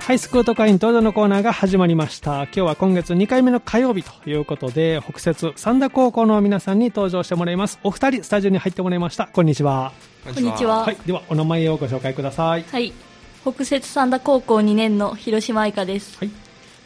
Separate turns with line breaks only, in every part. はい、スクート会員登場のコーナーが始まりました。今日は今月2回目の火曜日ということで、北節三田高校の皆さんに登場してもらいます。お二人、スタジオに入ってもらいました。こんにちは。
こんにちは。
はい、では、お名前をご紹介ください。
はい、北節三田高校2年の広島愛香です。
はい。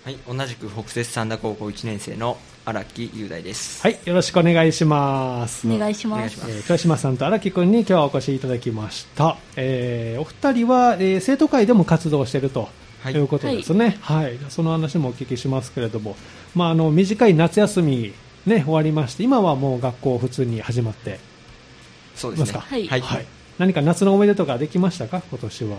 はい、同じく北節三田高校1年生の荒木雄大です。
はい、よろしくお願いします。
お願いします。
えー、広島さんと荒木君に今日はお越しいただきました。えー、お二人は、えー、生徒会でも活動していると。はい、いうことですね、はい、はい、その話もお聞きしますけれども、まあ、あの短い夏休み、ね、終わりまして、今はもう学校、普通に始まって
そうですね、
はい、はい、何か夏の思い出とかできましたか、今年は。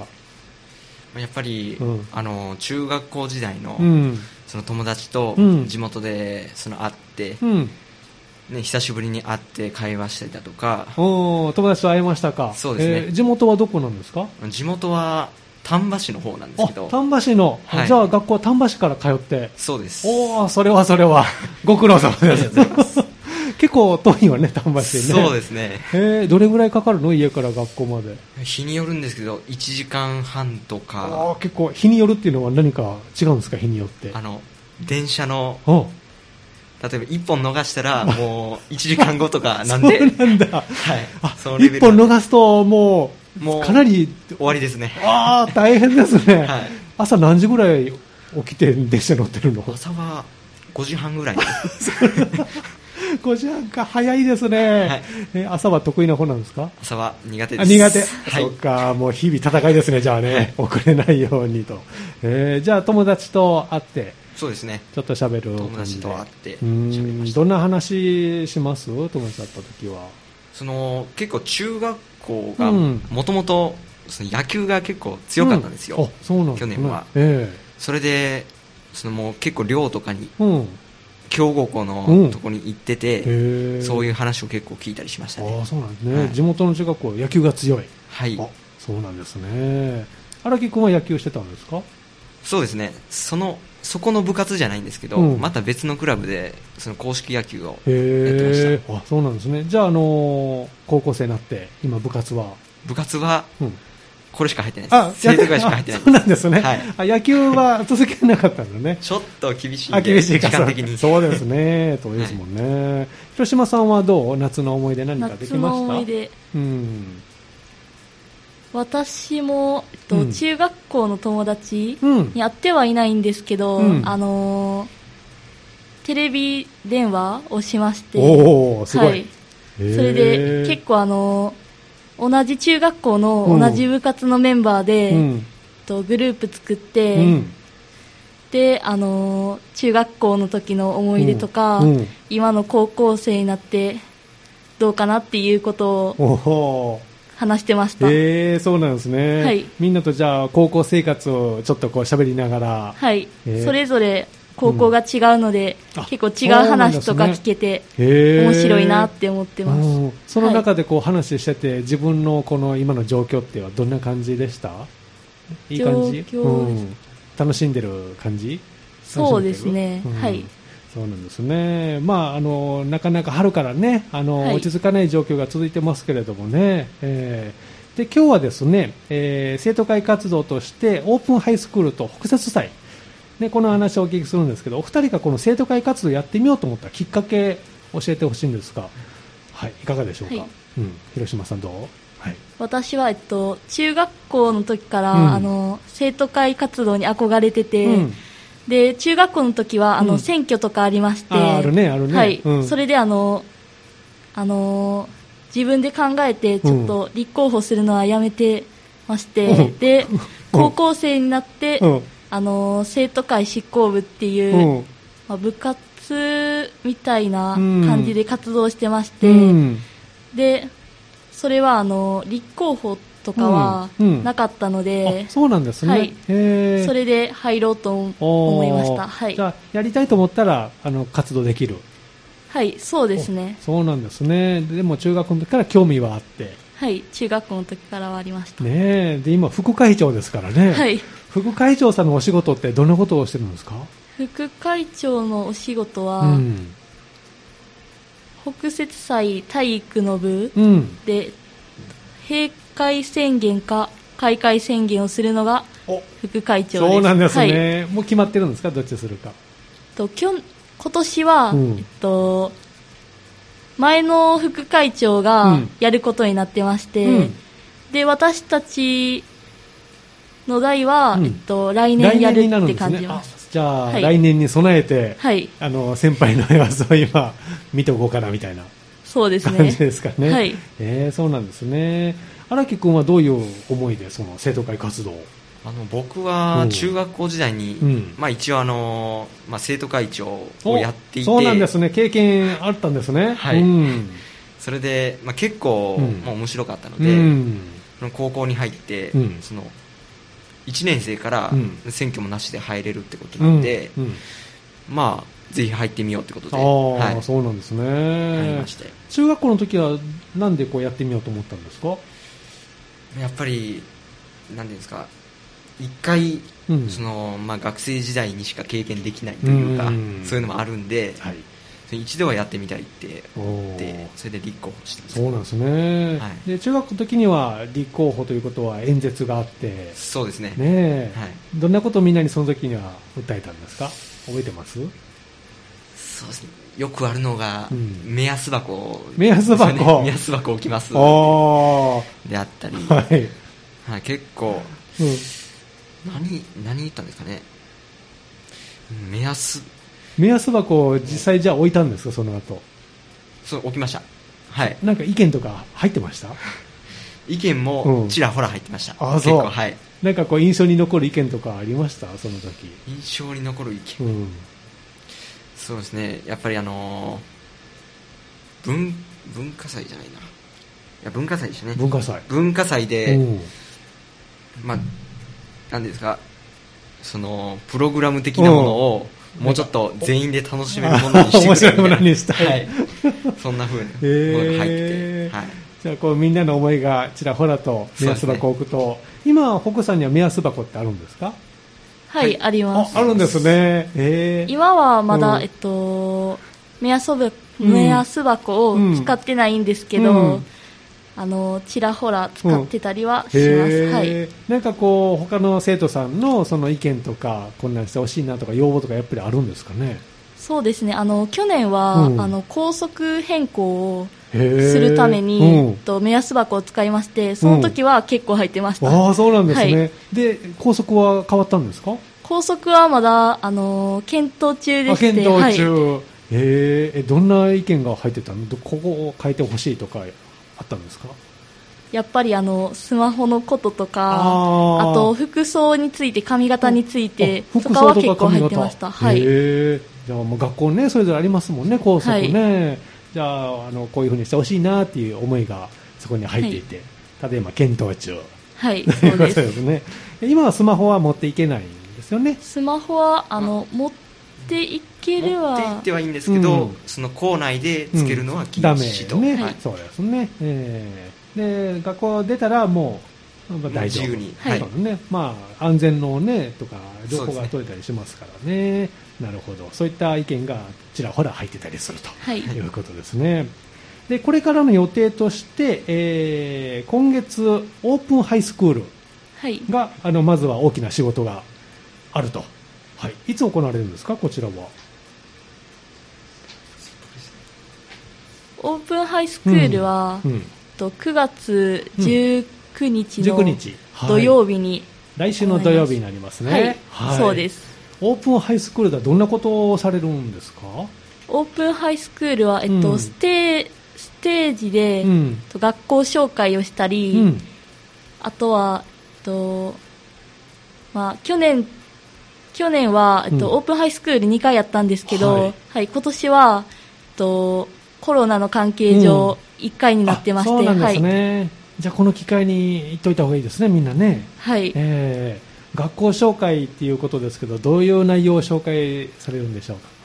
やっぱり、うん、あの中学校時代の,うん、その友達と地元でその会って、うん、ね、久しぶりに会って会話したりだとか
お友達と会えましたか
そうですね、
えー、地元はどこなんですか
地元は丹波市の方なんですけど
丹波市の、はい、じゃあ学校は丹波市から通って
そうです
おおそれはそれ はご苦労様です結構遠いよね丹波市ね
そうですね
えー、どれぐらいかかるの家から学校まで
日によるんですけど1時間半とか
あ結構日によるっていうのは何か違うんですか日によって
あの電車の例えば1本逃したらもう1時間後とかなんで
そうなんだ、はい、あその1本逃すともうもうかなり
終わりですね。
ああ、大変ですねはい、朝何時ぐらい起きて電車乗ってるの
朝は5時半ぐらい
5時半か、早いですね、はい、え朝は得意な方なんですか
朝は苦手
です。苦手、はい、そっか、もう日々戦いですね、じゃあね、はい、遅れないようにと。えー、じゃあ、友達と会って。
そうですね。
ちょっと喋る
友達と会って
うんどんな話します友達だった時は。
その結構中学校がもともと野球が結構強かったんですよ、、
うん
去年は、えー、それでそのもう結構寮とかに、うん、強豪校のとこに行ってて、うん、そういう話を結構聞いたりしましたね
あそうなんですね、はい、地元の中学校野球が強い
はい
そうなんですね荒木君は野球してたんですか
そうですねそのそこの部活じゃないんですけど、うん、また別のクラブでその公式野球をやってました
あそうなんですねじゃあ、あのー、高校生になって今部活は
部活は、これしか入ってないです、うん、あ生徒会しか入ってない
そうなんですね、はい、あ野球は続けなかったんだね
ちょっと厳 しい
あ厳しい
時間的に
そうですね遠いですもんね、はい、広島さんはどう夏の思い出何かできました
思い出うん私も、えっと、うん、中学校の友達に会ってはいないんですけど、うん、あのー、テレビ電話をしまして、、
はい
それで結構あのー、同じ中学校の同じ部活のメンバーで、うん、とグループ作って、であのー、中学校の時の思い出とか、今の高校生になってどうかなっていうことを。話してました。
えー、そうなんですね。はい、みんなとじゃあ高校生活をちょっとこう喋りながら、
はい、えー、それぞれ高校が違うので、うん、結構違う話とか聞けて、ね、面白いなって思ってます。
その中でこう話してて、はい、自分のこの今の状況ってはどんな感じでした？いい感じ？うん、楽しんでる感じ？
そうですね。うん、はい。
そうなんですね、まあ、あのなかなか春からねあの、はい、落ち着かない状況が続いてますけれどもね、えー、で今日はですね、えー、生徒会活動としてオープンハイスクールと北節祭、ね、この話をお聞きするんですけどお二人がこの生徒会活動やってみようと思ったきっかけ教えてほしいんですが、はい、いかがでしょうか、はい、うん、広島さんどう、はい、
私は、えっと、中学校の時から、うん、あの生徒会活動に憧れてて。うんで中学校の時はあの、うん、選挙とかありまして、
あるねあるね、
はい、、
うん
それであのあの自分で考えてちょっと立候補するのはやめてまして、うん、 で高校生になって、あの生徒会執行部っていう、まあ、部活みたいな感じで活動してまして、でそれはあの立候補とかはなかったので、
うんうん、そうなんですね、はい、
それで入ろうと思いました、はい、
じゃあやりたいと思ったらあの活動できる
はいそうですね
そうなんですねでも中学の時から興味はあって
はい中学校の時からはありました
ねで今副会長ですからね、
はい、
副会長さんのお仕事ってどんなことをしてるんですか
副会長のお仕事は、うん、北節祭体育の部で、うん、閉会宣言か開会宣言をするのが副会長です
そうなんですね、はい、もう決まってるんですかどっちするか
ときょ今年は、うん、えっと、前の副会長がやることになってまして、うん、で私たちの代は、うん、えっと、来年やるって感じます
じゃあ、はい、来年に備えて、
はい、
あの先輩の様子を今見ておこうかなみたいな
そうですね
感じですかね、
はい、
えー、そうなんですね荒木君はどういう思いでその生徒会活動
あの僕は中学校時代に、うん、まあ、一応あの、まあ、生徒会長をやっていて
そうなんですね経験あったんですね
はい、うん、それで、まあ、結構、うん、まあ、面白かったので、うん、高校に入って、その1年生から選挙もなしで入れるってことなんで、うんうん、まあぜひ入ってみようってことで、
はい、そうなんですね中学校の時はなんでこうやってみようと思ったんですか
やっぱり何ていうんですか一回、うん、そのまあ、学生時代にしか経験できないというか、そういうのもあるんで、はい一度はやってみたいって思ってそれで立候補してました
そうなんですね、はい、で中学の時には立候補ということは演説があって
そうですね
ね、はい、どんなことをみんなにその時には訴えたんですか覚えてます
そうですねよくあるのが、うん、目安箱、
目安箱、
ね、目安箱置きますであったり、
はい、
はい、結構、うん、何何言ったんですかね目安
目安箱を実際じゃあ置いたんですかその後
そう置きましたはい
なんか意見とか入ってました、
意見もちらほら入ってました、うん
あそう
はい
なんかこう印象に残る意見とかありましたその時
印象に残る意見、うん、そうですねやっぱりあのー、文文化祭じゃないないや文化祭でしたね
文化祭
文化祭で、うん、まあ何ですかそのプログラム的なものを、もうちょっと全員で楽しめるものにして
面白いものにしたい、
はい、そんなふうにものが入ってて、えー、はい、
じゃあこうみんなの思いがちらほらと目安箱を置くと、ね、今北さんには目安箱ってあるんですか
はい、はい、あります
あるんですね、え
ー、今はまだ、うん、えっと目安箱目安箱を使ってないんですけど、うんうんあのちらほら使ってたりはします、うん、はい、
なんかこう他の生徒さんのその意見とかこんなんしてほしいなとか要望とかやっぱりあるんですかね、
そうですねあの去年は、うん、あの高速変更をするために、うん、と目安箱を使いましてその時は結構入ってました、うん
あそうなんですね、はい、で高速は変わったんですか
高速はまだあの検討中でして
検討中、はい、えどんな意見が入ってたのここを変えてほしいとかあったんですか
やっぱりあのスマホのこととかあと服装について髪型についてとかは結構入ってましたはい
じゃあもう学校ねそれぞれありますもんね校則ね、はい、じゃああのこういうふうにしてほしいなっていう思いがそこに入っていて、はい、ただ今検討中
はい そ うです
ね今はスマホは持っていけないんですよね
スマホはあの、うん、持っていける
は持っていってはいいんですけど、うん、その校内でつけるのは禁止と、うん、
ね、
はい、
そうですね、えー、で学校出たらもう大丈夫
自由に、はい
ねまあ、安全の、ね、とか情報が取れたりしますからね、ね、なるほどそういった意見がちらほら入ってたりすると、はい、いうことですねでこれからの予定として、えー、今月オープンハイスクールが、はい、あのまずは大きな仕事があると。はい、いつ行われるんですか、こちらは。
オープンハイスクールは、うんうん、と9月19日の土曜日に、
はい、来週の土曜日になりますね、
はい、はい、そうです
オープンハイスクールではどんなことをされるんですか、
オープンハイスクールは、えっと、うん、ステステージで、と学校紹介をしたり、あとは、えっとまあ、去年去年は、えっと、オープンハイスクール2回やったんですけど、はい、はい、今年は、えっと、コロナの関係上、1回になってまして、うん
そうですね、はい、じゃあこの機会に行っといた方がいいですね、みんなね、
はい
えー、学校紹介っていうことですけど、どういう内容を紹介されるんでしょうか。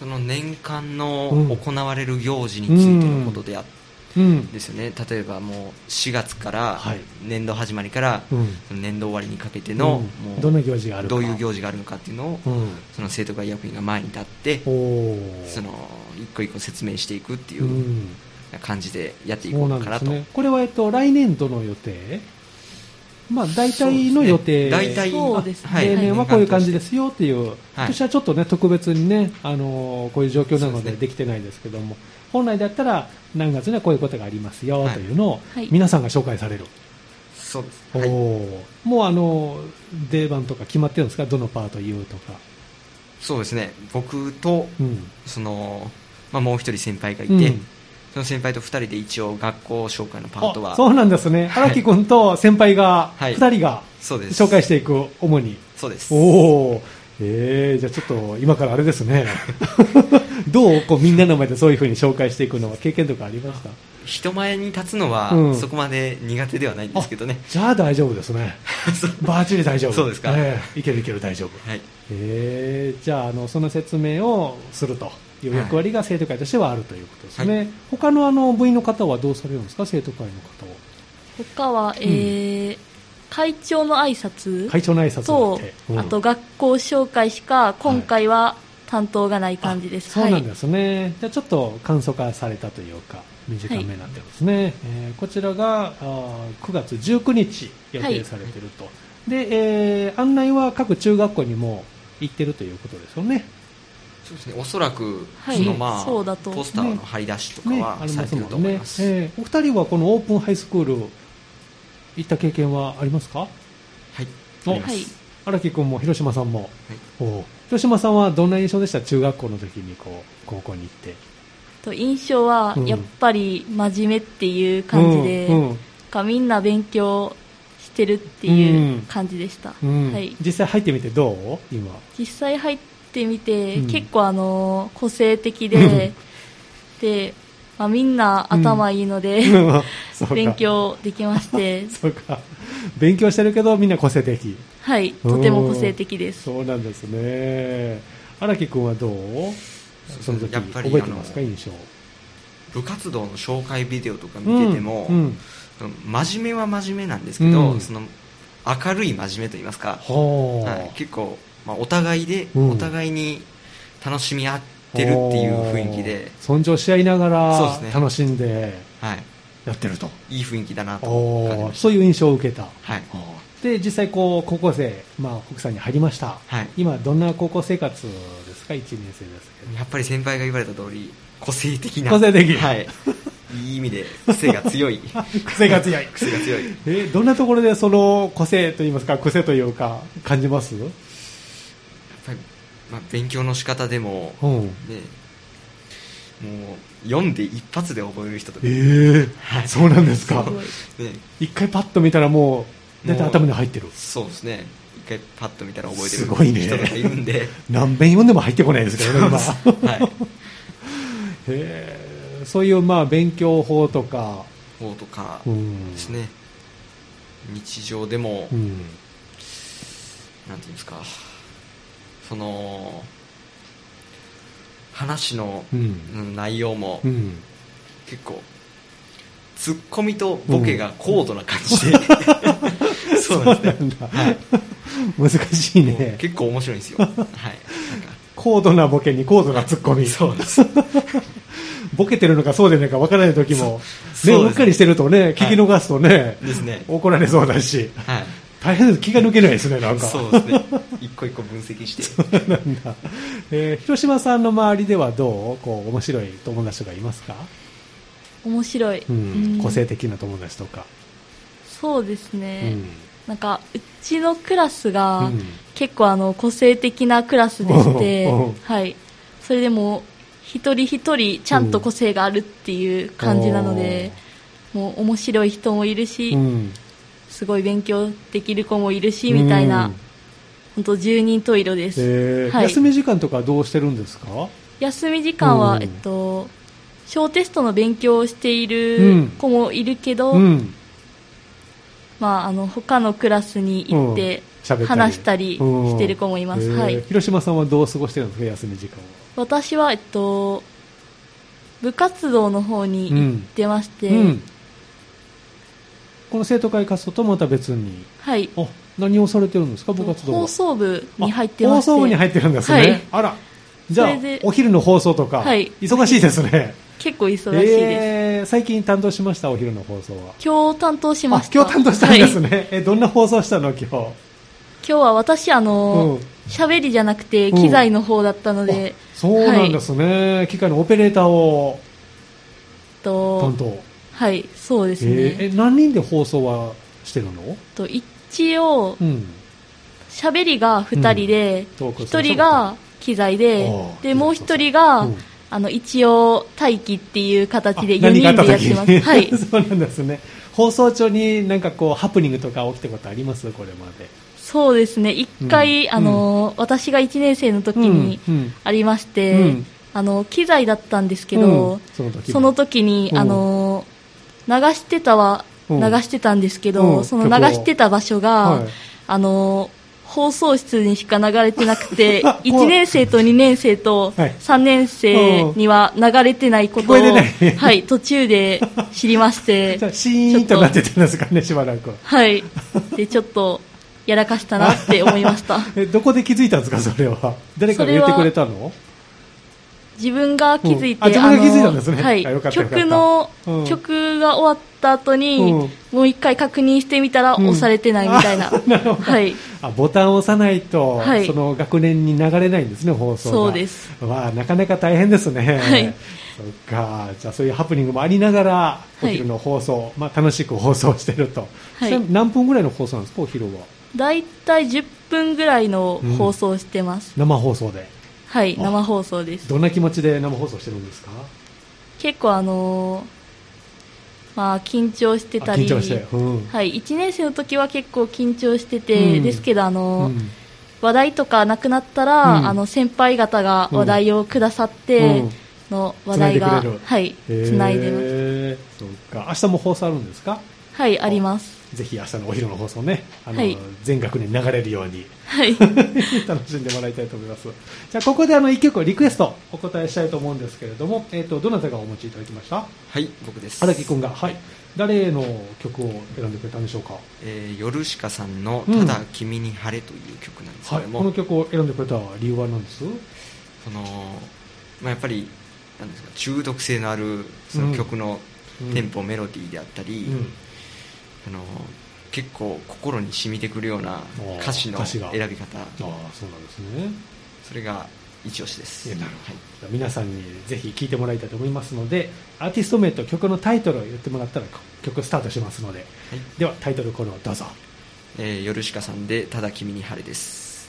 その年間の行われる行事についてのことであって、うんうんうん、ですよね例えばもう4月から、はい、年度始まりから、うん、年度終わりにかけての、
うん、
もう
どんな行事がある
どういう行事があるのかっていうのを、その生徒会役員が前に立ってその一個一個説明していくっていう感じでやっていこうかなと、
ね、これは、えっと、来年度の予定まあ、大体の予定、
そうですね大体
そうですね
はい
例年はこういう感じですよっていう、
はい
今年はちょっとね、特別にね、あのーこういう状況なの
そう
で
で
す
ね
できてないですけども、本来だったら何月にはこういうことがありますよ
はい
というのを
はい、
皆さんが紹介される。
そうです、
お
はい
ーもうあのー、出番とか決まってるんですかどのパート言うとか。
そうですね僕と
うん。
その、まあ、もう一人先輩がいて、
うん
その先輩と二人で一応学校紹介のパートは
あそうなんですね。
はい
荒木君と先輩が、
はい
二人が
そうです
紹介していく、主に。
そうです
おお、えー、じゃあちょっと今からあれです ね、どうこうみんなの前でそういうふうに紹介していくのは経験とかありました
人前に立つのは、
うん
そこまで苦手ではないんですけどね
じゃあ大丈夫ですね、バーチリ大丈夫、
そうですか
ええいけるいける大丈夫、
はい
えー、じゃああの、その説明をするという役割が生徒会としてはあるということですね、
はい
他のあの部員の方はどうされるんですか、生徒会の方は。
他は、えー会長の挨拶
会長の挨拶だっ
と
て、
あと学校紹介しか今回は担当がない感じです。
あそう
は
なん
い。
ですね、じゃあちょっと簡素化されたというか短めになってますね、えーこちらがあー9月19日予定されていると、で、えー案内は各中学校にも行ってるということですよね
そうですねおそらく、
はい
そのまあ
そうだと
ポスターの張り出しとか
ね
は
り
さ
ま
れ
す
てる
も
と
ん
思
ね、
い
え
ます
ーお二人はこのオープンハイスクール行った経験はありますか
はい
お
あります
はい
荒木君も広島さんも、おう広島さんはどんな印象でした中学校の時にこう高校に行って
と印象は
うん
やっぱり真面目っていう感じで、
うんうん
かみんな勉強してるっていうんう感じでした。
うん
はい。
実際入ってみてどう今
実際入ってみて、
うん
結構あの個性的
うん
で、で、まあ、みんな頭いいので、
そうか
勉強できまして、
そうか勉強してるけどみんな個性的
はい、とても個性的です。
そうなんですね荒木君はどうその時
やっぱり
覚えてますか
あの
印象
部活動の紹介ビデオとか見てても、
うんうん
その真面目は真面目なんですけど、
うん
その明るい真面目と言いますか、
はあ、
はい、結構、まあ、お互いで、
うん
お互いに楽しみ合ってるっていう雰囲気で
は、あ尊重し合いなが
そう
ら
ですね
楽しんで
はい、
やってると
いい雰囲気だなと感じ
お
ま
ー
した
そういう印象を受けた
はい
で実際こう高校生、まあ、奥さんに入りました、
はい
今どんな高校生活ですか1年生ですけど
やっぱり先輩が言われた通り個性的な
個性的
はい、いい意味で癖が強い
癖が強い
癖が強い
えどんなところでその個性といいますか癖というか感じます
やっぱり、まあ、勉強の仕方でも、
うん
ね、もう読んで一発で覚える人とか、
ええ
ね、
ー、そうなんですか
すごい
一回パッと見たらもう大体
もう
頭に入ってる
そうですね一回パッと見たら覚えてる
すごいね
人とかいるんで
何遍読んでも入ってこないですけどね今
はい
へーそういうまあ勉強法とか、
こうとか
うん
ですね日常でも、
うん
なんていうんですかその話の
う、
うんん内容も、
うん
結構ツッコミとボケが高度な感じで、 そうなんですね
だ、難しい
もう
ね
結構面白いんですよはいなんか
高度なボケに高度なツッコミ
そうです
ボケてるのかそうでないか分からない時もね
そうそうですね
うっかりしてるとね聞き逃すとね、
ですね
怒られそうだし
はい
大変です気が抜けないですねなんか
そうですね一個一個分析して
なんだ、えー広島さんの周りではどうこう面白い友達とかいますか、
面白い、
うん
うん
個性的な友達とか、
そうです
う
ね、
ん
なんかうちのクラスが、
うん
結構あの個性的なクラスでして
おうおう、
はい、それでも一人一人ちゃんと個性があるっていう感じなので、もう面白い人もいるし、
うん
すごい勉強できる子もいるしみたいな
うん
本当十人十色です、
えー
はい
休み時間とかはどうしてるんですか
休み時間
う
は、
ん
えっと、小テストの勉強をしてい
うん
る子もいるけど、
うん
まあ、あの他のクラスに行って
喋ったり
話したりしてる子もいます、
うん
はい
えー広島さんはどう過ごしてるんですか休み時間は
私は、えっと、部活動の方に行ってまして、
うん、この生徒会活動とまた別に
はい、
あ何をされてるんですか部活動は
放送部に入って
あ
ま
放
して
送部に入ってるんですね、
はい
あらじゃあ
それで
お昼の放送とか、
はい
忙しいですね
結構忙しいです、え
ー、最近担当しましたお昼の放送は
今日担当しました
今日担当したんですね、はい、えどんな放送したの今日今
日は私あの喋、うん、りじゃなくて機材の方だったので、うん、
そうなんですね、はい、機械のオペレーターを
と
担当
はいそうですね、
えー、何人で放送はしてるの
と一応、うん喋りが2人で、う1人が機材ででもう1人が、あの一応待機っていう形で4人でやってま す、はい、
そうなんですね放送中になんかこうハプニングとか起きたことありますこれまで
そうですね1回、あの私が1年生の時にありまして、あの機材だったんですけど、その時に、あの流してたは流してたんですけど、その流してた場所が、あの放送室にしか流れてなく て1年生と2年生と3年生には流れてないことを、はい、途中で知りまして
じゃあシーンとなってたんですかねしばらく
はいでちょっとやらかしたなって思いました
えどこで気づいたんですかそれは誰かが言ってくれたの
自分が気づいて、
うん、自分が気づいたんですね、
はい、曲の、うん、曲が終わった後に、うん、もう一回確認してみたら押されてないみ たいな,、はい、
あボタンを押さないと、はい、その学年に流れないんですね放送が
そうです
わあなかなか大変ですね、はい、そっかじゃあそういうハプニングもありながらお昼の放送、はい、まあ、楽しく放送してると、はい、何分ぐらいの放送なんですかお昼は
大体10分ぐらいの放送してます、
生放送で
はい、生放送です。
どんな気持ちで生放送してるんですか
結構あのー、まあ緊張してたり、うん、はい、1年生の時は結構緊張してて、うん、ですけどあのーうん、話題とかなくなったら、あの先輩方が話題をくださって、の話題が、はい、つないでます。
そうか。明日も放送あるんですか
はい、あります。
ぜひ明日のお昼の放送ね、あの、はい、全学年流れるように、
はい、。
楽しんでもらいたいと思います。じゃあ、ここであの、一曲リクエストお答えしたいと思うんですけれども、えっ、ー、と、どなたがお持ちいただきました
はい、僕です。
荒木君が、はい。誰の曲を選んでくれたんでしょうか、
えー、ヨルシカさんの「ただ君に晴れ」という曲なんですけども、
うんはい、この曲を選んでくれた理由は何です
その、まあ、やっぱりなんですか中毒性のあるその曲のテンポ、うん、メロディーであったり、うんあの結構心に染みてくるような歌詞の選び方あ
そうなんですね
それが一押しです
なるほど、はい、皆さんにぜひ聴いてもらいたいと思いますのでアーティスト名と曲のタイトルを言ってもらったら曲スタートしますので、はい、ではタイトルコールをどうぞ、
えー、ヨルシカさんで「ただ君に晴れ」です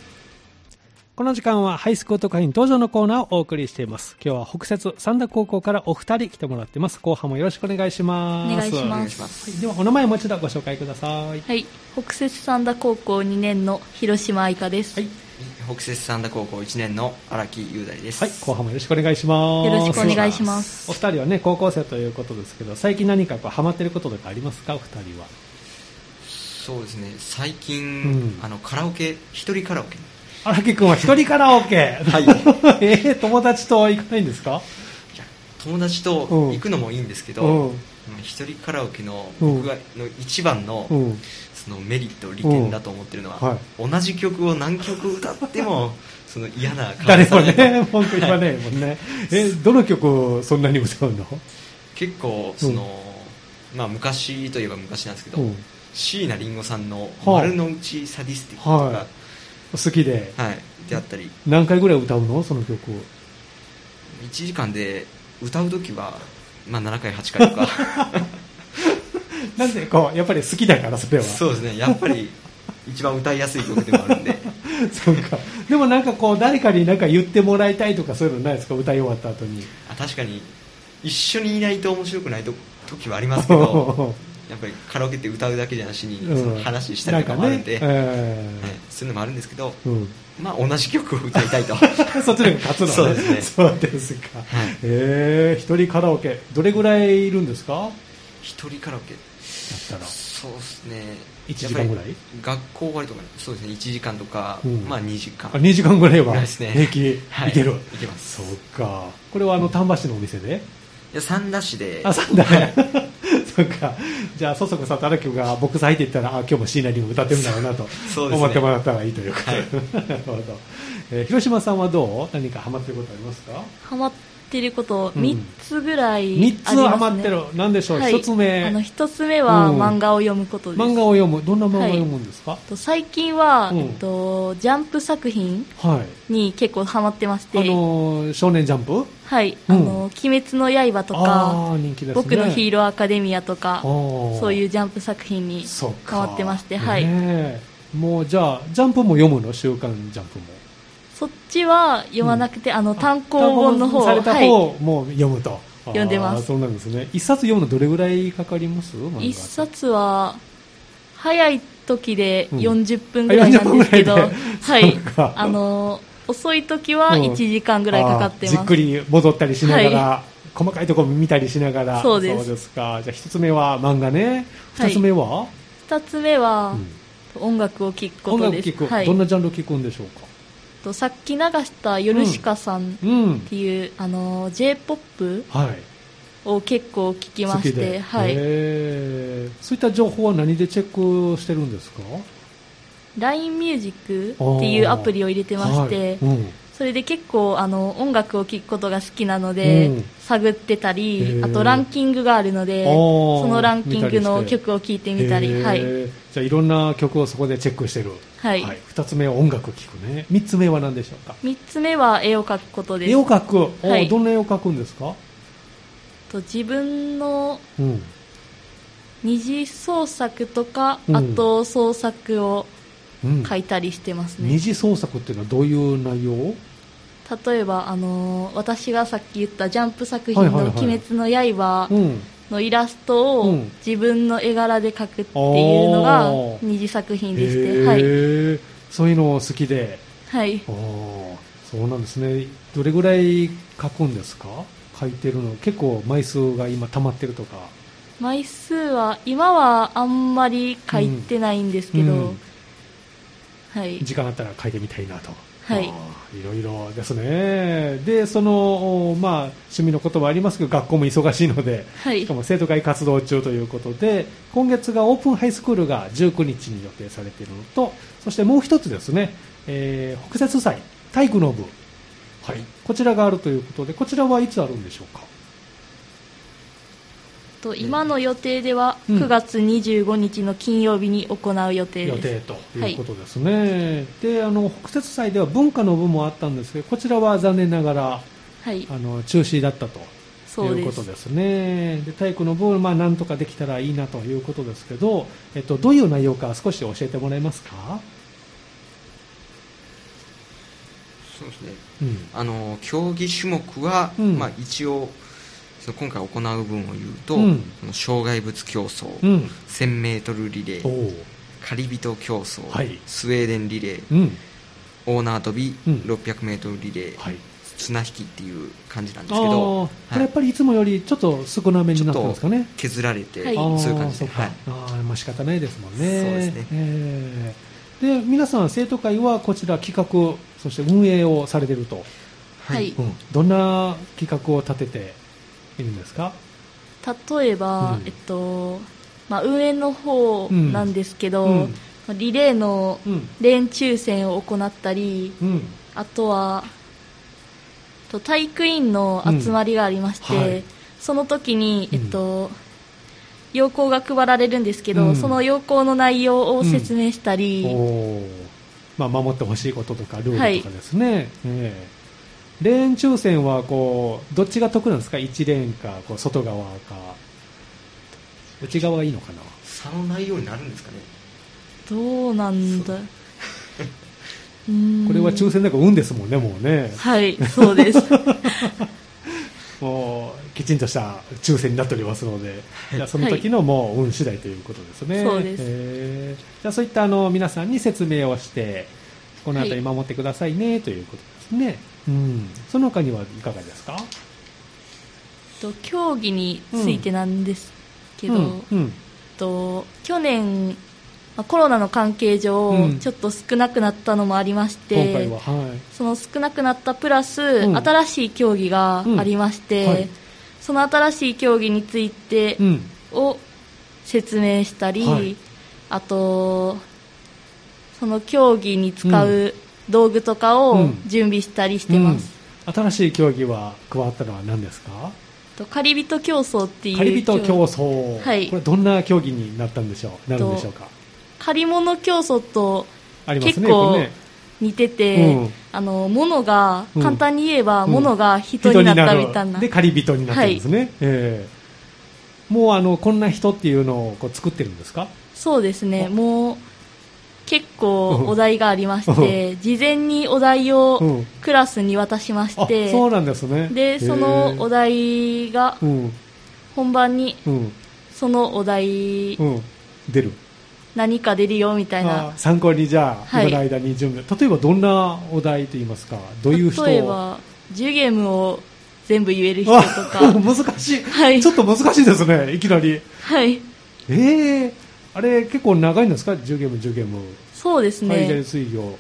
この時間はハイスクート会員登場のコーナーをお送りしています。今日は北節三田高校からお二人来てもらってます。後半もよろしくお願いします
お願いします。ます
はい、ではお名前もう一度ご紹介ください。
はい、北節三田高校2年の広島愛香です。
はい、北節三田高校1年の荒木雄大です。
はい、後半もよろしくお願いします。
よろしくお願いします。
お二人はね高校生ということですけど、最近何かこうハマってることとかありますかお二人は。
そうですね。最近、うん、あのカラオケ一人カラオケ。
荒木君は一人カラオケ、 はい、えー、友達と行かないんですか
友達と行くのもいいんですけど、一人カラオケの僕がの一番の,、そのメリット利点だと思ってるのは、同じ曲を何曲歌っても その嫌な
感じ誰もね文句言わないもんね、はい、えどの曲をそんなに歌うの
結構その、まあ、昔といえば昔なんですけど椎名林檎さんの「丸の内サディスティック」とか、
好きで、
はい、であったり
何回ぐらい歌うのその曲を
1時間で歌う時は、まあ、7回8回とか
なんでこうやっぱり好きだからそれは
そう ですねやっぱり一番歌いやすい曲でもあるん で
そうかでもなんかこう誰かになんか言ってもらいたいとかそういうのないですか歌い終わった後に
あ確かに一緒にいないと面白くないと時はあります け どやっぱりカラオケって歌うだけじゃなしに、その話したりとかもあるんで、うんんねえー、はい、そういうのもあるんですけど、うん、まあ、同じ曲を歌いた いと
そっちでも勝つの
ねそうです
ねそうですか、はい、えー、一人カラオケどれぐらいいるんですか
一人カラオケだ
ったら
そうですね
1時間ぐらい
学校終わりとか、ね、そうですね1時間とか、うん、まあ2時間あ
2時間ぐらいは
平
気、はい、いける
いけます
そうかこれはあの丹波市のお店で、
いや三田市で
あ三田、 そうかじゃあそそこさと荒木君がボックス入っていったらあ今日も椎名林檎歌ってるんだろうなとね、思ってもらったらいいということ、はいえー、広島さんはどう何かハマってることありますか
ハマっっていることを3つぐらいあり
3
ます、ね
つ余ってる、なんでしょう、
はい
一つ目
あの一つ目は漫画を読むことです、
漫画を読む、どんな漫画を読むんですか、
と最近は、
うん
えっと、ジャンプ作品
はい
に結構ハマってまして、
あのー少年ジャンプ
はい
うん
あの鬼滅の刃」とか
あー人気
「
ですね
僕のヒーローアカデミア」とかそういううジャンプ作品に
そうか
変わってましてはい
ねえもうじゃあジャンプも読むの週刊ジャンプも
そっちは読まなくて、あの単行本の方
単行本さ
は
れた
い
方、も読むと
読んでま
あ
す
ーそうなんですね一冊読むのどれぐらいかかります漫画って
一冊は早い時で
うん
40分ぐらいなんですけど、
あ40分ぐ
は
らいで
い
そうか
あの遅い時は
うん
1時間ぐらいかかってま
あー
す、
じっくり戻ったりしながら、
は
細かいところ見たりしながら
そうです
かじゃあ一つ目は漫画ね
はい
二つ目は、
2つ目は、
うん
音楽を聴くこ
音
と
楽
です
聞く、
はい
どんなジャンル聞くんでしょうか
とさっき流したヨルシカさん
うん
っていう、あの j p o p
はい
を結構聞きまし
好きで
て、はい、
へーそういった情報は何でチェックしてるんですか
LINEMUSIC っていうアプリを入れてまして、
はいうん
それで結構あの音楽を聴くことが好きなので、
うん
探ってた
へ
り
ー
あとランキングがあるので
あー
そのランキングの
見たりして
曲を聴いてみたり
へー
はい、
じゃあいろんな曲をそこでチェックしてる
はい
二つ目は音楽聴くね三つ目は何でしょうか
3つ目は絵を描くことです
絵を描くおー、
はい
どんな絵を描くんですか、
と自分の
うん、
二次創作とか、
うん
あと創作を
うん
描いたりしてますね
二、次創作っていうのはどういう内容
例えばあのー私がさっき言ったジャンプ作
は
品
いはい
の「
はい
鬼滅の刃
う」ん
のイラスト
う
を
ん
自分の絵柄で描くっていうのが
あー
二次作品でして、はい
へえそういうの好きで
はい
あーそうなんですねどれぐらい書くんですか書いてるの結構枚数が今溜まってるとか
枚数は今はあんまり書いてないんですけど、
うんうん
はい
時間あったら書いてみたいなと
はい
あーいろいろですねでその、おまあ、趣味のこともありますけど学校も忙しいので
はい
しかも生徒会活動中ということで今月がオープンハイスクールが19日に予定されているのとそしてもう一つですね、えー北節祭体育の部、はい、こちらがあるということでこちらはいつあるんでしょうか
と今の予定では
うん
9月25日の金曜日に行う予定
予
です、
定ということですね、であの北節祭では文化の部もあったんですけどこちらは残念ながら
はい
あの中止だったと
そう
いう
で
こと
す
ですねで体育の部、まあ、なんとかできたらいいなということですけど、えっと、どういう内容か少し教えてもらえますか、
そうですね
うん
あの競技種目は、
うん
まあ、一応その今回行う分を言うと、
うん
その障害物競争、
うん、
1000m リレ
お
ー
う
狩り人競争、
はい
スウェーデンリレー
うん
オーナー跳び、
うん
600m リレー、
はい、
綱引きっていう感じなんですけど
ああ、これやっぱりいつもよりちょっと少なめになったんですかね。
削られて、
はい
ああ
そういう感じ
そ
で、
っか
はい、
ああ、まあ仕方ないですもんね。
そうですね
ええで、皆さん生徒会はこちら企画、そして運営をされてると。
はい
うん、どんな企画を立てているんですか。
例えば、
うん
えっとまあ、運営の方なんですけど、
うん
リレーの
うん、
連抽選を行ったり
うん、
あとはと体育員の集まりがありまして、
うんはい
その時に、
う
え
ん
っと、要項が配られるんですけど、
うん
その要項の内容を説明したり、
おーまあ、守ってほしいこととかルールとかですね、ええレーン抽選はこうどっちが得なんですか1レーンかこう外側か内側がいいのかな
差の内容になるんですかね
どうなんだうーん
これは抽選だから運ですもんねもうね
はいそ うです
もうきちんとした抽選になっておりますので、じゃあその時のもう運次第ということですね。
そうです
へーじゃあそういったあの皆さんに説明をして、このあたり守ってくださいね、ということですね。うん。その他にはいかがですか
と競技についてなんですけど、
うんうん
と去年まあコロナの関係上、
うん
ちょっと少なくなったのもありまして
今回は、はい。
その少なくなったプラス、
うん
新しい競技がありまして、
うんはい
その新しい競技について
うん。
を説明したり、
はい
あとその競技に使う道具とか
う
を
ん
準備したりしてます、
うん新しい競技は加わったのは何ですか
カリビト競争っていう
カリビト競争、
はい、
これどんな競技になったんでしょうなるんでしょうか
借り物競争と
あります
結
ね
構
これね
似てて、
うん
あの物が
うん
簡単に言えば
うん
物が人になったみたいな,、
で仮人になったんですね、ええもうあのこんな人っていうのをこう作ってるんですか
そうですねもう結
う
構
ん
お題がありまして、事前にお題
う
を
ん
クラスに渡しま
あ
して、
そうなんですね
でそのお
題
題が
うん
本番に
うん
そのお題
うん出る
何か出るよみたいな
あ参考にじゃあ、
はい
今の間に準備例えばどんなお題といいますかどういう人を
例えば10ゲームを全部言える人と
あ
か
難しい、
はい
ちょっと難しいですねいきなり
はい
ええあれ結構長いんですか10ゲーム10ゲーム
そうです
ファイナル
ね
水魚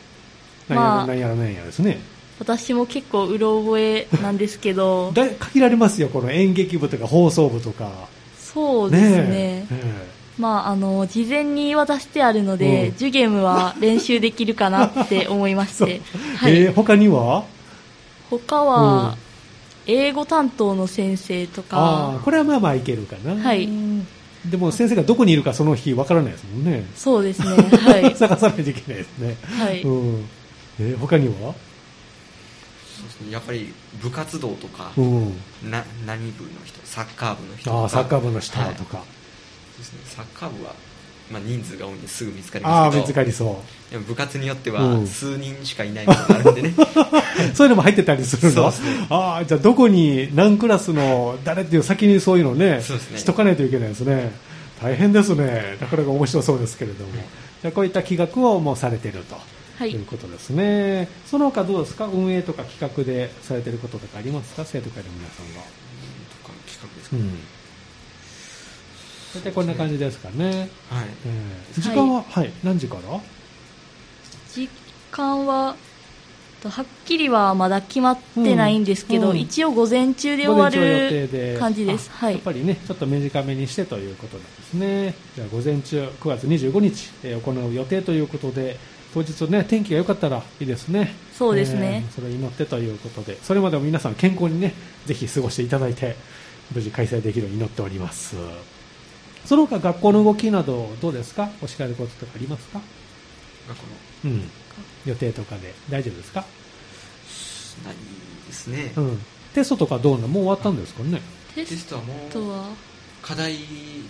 まあ
なんやらなんやらですね、
私も結構うろ覚えなんですけど
だ限られますよこの演劇部とか放送部とか
そうですね
ええ
まああの事前に渡してあるので、
うん
10ゲームは練習できるかなって思いまし てはい、
えー他には
他
うん
は英語担当の先生と
ああ
か
これはまあまあいけるかな、
はい
でも先生がどこにいるかその日わからないですもんね、
そ うですねはい、
探さないといけないですね、
はい
うんえー他には、
そうですねやっぱり部活動とか、
うん、
な何部の人サッカー部の人とか
ああサッカー部の人
はい
とか、
そうですねサッカー部は、まあ、人数が多いんですぐ見つかり
ああ
ますけ
見つ
ど
かりそう
でも部活によって
う
は
ん
数人しかいないことがあるんで ね、
そういうのも入ってたりする
そう
の、
ですね
ああじゃあどこに何クラスの誰っていう先にそういうのね
そうですね
しとかないといけないですね大変ですねなかなか面白そうですけれどもじゃあこういった企画をもうされていると、、
はいいう
ことですねその他どうですか運営とか企画でされていることとかありますか生徒会の皆さんは
とか企画です
う
か、
ん大体こんな感じですかね、
はい
えー
はい
時間は、はい、何時から
時間はとはっきりはまだ決まってないんですけ
う
ど、
んうん
一応午前中で終わる感じです
あ
はい
やっぱりねちょっと短めにしてということなんですねじゃあ午前中9月25日、えー行う予定ということで当日ね天気が良かったらいいですね
そうですね
えーそれを祈ってということでそれまでも皆さん健康にねぜひ過ごしていただいて無事開催できるように祈っておりますその他学校の動きなどどうですかお叱ることとかありますか
学校の
うん予定とかで大丈夫ですか、
ないですね、
うん、テストとかどうなのもう終わったんですかね
テ
テ
ス
ストはも
ト
う
は
課題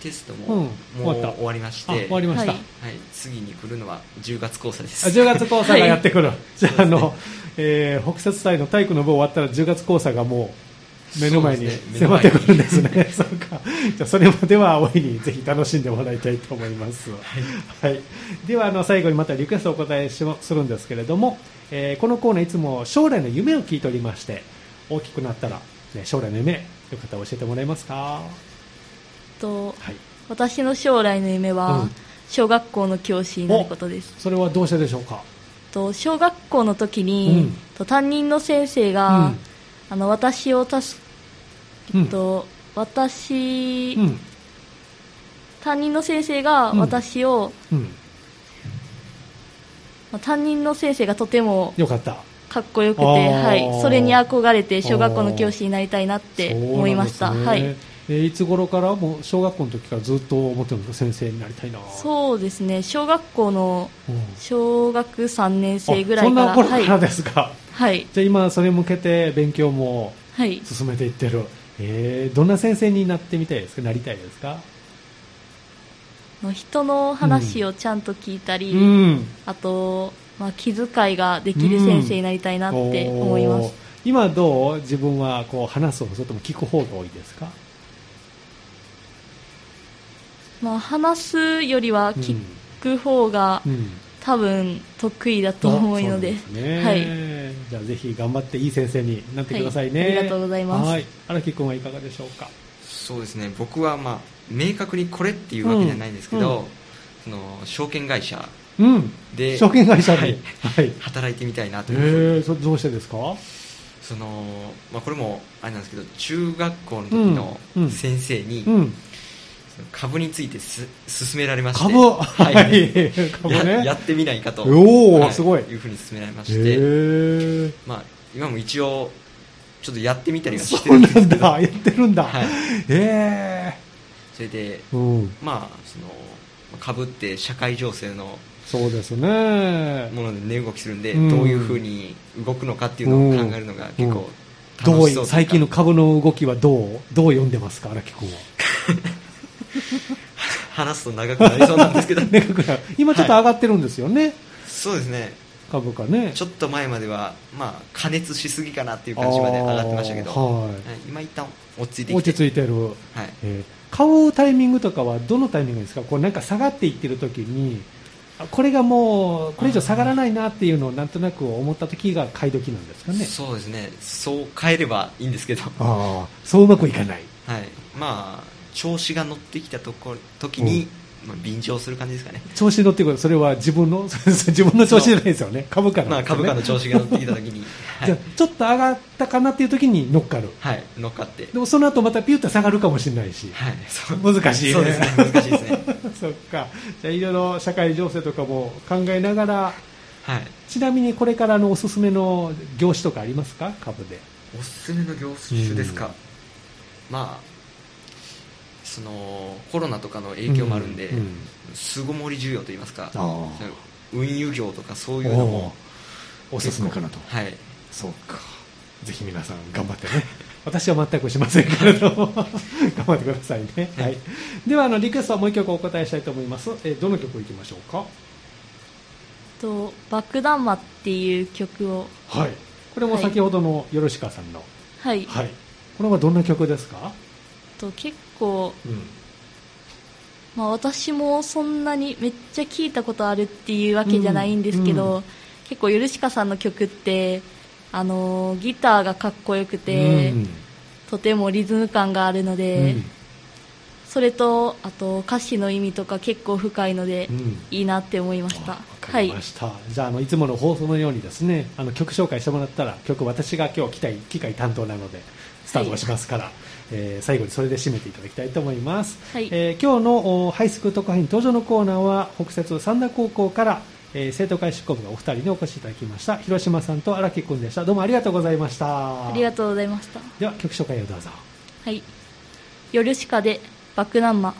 テストも、
うん
もう
終わった
終わりまし
あ
て
終わりました、
はい
はい、次に来るのは10月交差で
あ
す
10月交差がやってくる、じゃああ
そう
の、えー北節祭の体育の部終わったら10月交差がもう目の前に
そうですね
迫ってくるんですね そうかじゃあそれまでは大いにぜひ楽しんでもらいたいと思います、はいではあの最後にまたリクエストをお答えしますするんですけれども、えーこのコーナーいつも将来の夢を聞いておりまして大きくなったら、ね、将来の夢よかったら教えてもらえますか
と
はい
私の将来の夢は、
うん
小学校の教師になることです
それはどうしてでしょうか
と小学校の時に、
うん
と担任の先生が、
うん
あの私を助
うん
と私、
うん
担任の先生が
うん
私を、
うん
まあ担任の先生がとても
よかった
かっこよくて、
あー
はい、それに憧れて小学校の教師になりたいなって思いまし
そ
た、
うな
は
んですね
い、
えーいつ頃からもう小学校の時からずっと思ってるんですか先生になりたいな
そうですね小学校の
うん、
小学3年
あ
生ぐらいから
そんな頃から
はい、
ですか、
はい
じゃあ今それに向けて勉強も
はい、
進めていってるえー、どんな先生になってみたいですかなりたいですか
の人の話をちゃんと聞いたり、
うん
あと、まあ、気遣いができる先生になりたいなって思いま
おー
す、
今どう自分はこう話す方それとも聞く方が多いですか
まあ、話すよりは聞く方が
うんうん
多分得意だと 思うので,、
そうなんですね
はい
じゃあぜひ頑張っていい先生になってくださいね、
はいありがとうございます
はい荒木君はいかがでしょうか
そうですね僕はまあ明確にこれっていうわけじゃないんですけど、
うん
その証券会社
うん
で
証券会社で、は
はいい
はい、へ
働いてみたいなというふうに
えそどうしてですか
その、まあ、これもあれなんですけど中学校の時
うんうん
の先生に、
うん
その株についてす勧められまして
株
はい、
はい株
や
ね
やってみないかと
おー
は
すごい
いうふうに勧められま
へ
して、
え
まあ、今も一応ちょっとやってみたりはして
るんですけどやってるんだ、はい、ええ
ー、それで、うん、まあそのかぶって社会情勢の
そうですね
もので値動きするんで、うん、どういうふうに動くのかっていうのを考えるのが結構楽しそう、うん、
最近の株の動きはどうどう読んでますか荒木君 は
話すと長くなりそうなんです けど
今ちょっと上がってるんですよね、はい、
そうですね
株価ね
ちょっと前までは、まあ、加熱しすぎかなっていう感じまで上がってましたけど、はい、今一旦落ち着いて
落ち着いてる、はいえー、買うタイミングとかはどのタイミングですかこうなんか下がっていってる時にこれがもうこれ以上下がらないなっていうのをなんとなく思った時が買い時なんですかね
そうですねそう変えればいいんですけ ど
あそううまくいかない、
はい、まあ調子が乗ってきたとこ時に、まあ、便乗する感じですかね
調子乗ってくるそれは自分の 自分の調子じゃないですよね株価の、
まあ、株価の調子が乗ってきた時 に、
はい、じゃちょっと上がったかなっていう時に乗っかる
はい乗っかって
でもその後またピュッと下がるかもしれないし、
はい、
難しい、ね、
そうですね難しいですね
そっかじゃいろいろ社会情勢とかも考えながら、
はい、
ちなみにこれからのおすすめの業種とかありますか株で
おすすめの業種ですか、まあそのコロナとかの影響もあるんで、巣ごもり需要といいますか運輸業とかそういうのも
おすすめかなと
はい
そうかぜひ皆さん頑張ってね 私は全くしませんけれど 頑張ってくださいね、はい、ではあのリクエストはもう1曲お答えしたいと思いますえどの曲いきましょうか
と「爆弾魔」っていう曲を
はいこれも先ほどのよろしかさんの
はい、
はい、これはどんな曲ですか
と結構、うん、まあ、私もそんなにめっちゃ聞いたことあるっていうわけじゃないんですけど、うんうん、結構ヨルシカさんの曲ってあのギターがかっこよくて、とてもリズム感があるので、それとあと歌詞の意味とか結構深いので、いいなって思いました。
はい、じゃああのいつもの放送のようにですねあの曲紹介してもらったら曲私が今日機械機械担当なのでスタートしますから、はい、えー、最後にそれで締めていただきたいと思います、
はい、
えー、今日のハイスクール特派員登場のコーナーは北摂三田高校から、えー、生徒会執行部がお二人にお越しいただきました広島さんと荒木君でしたどうもありがとうございました
ありがとうございました
では曲紹介をどうぞ
はい「夜鹿で爆弾魔」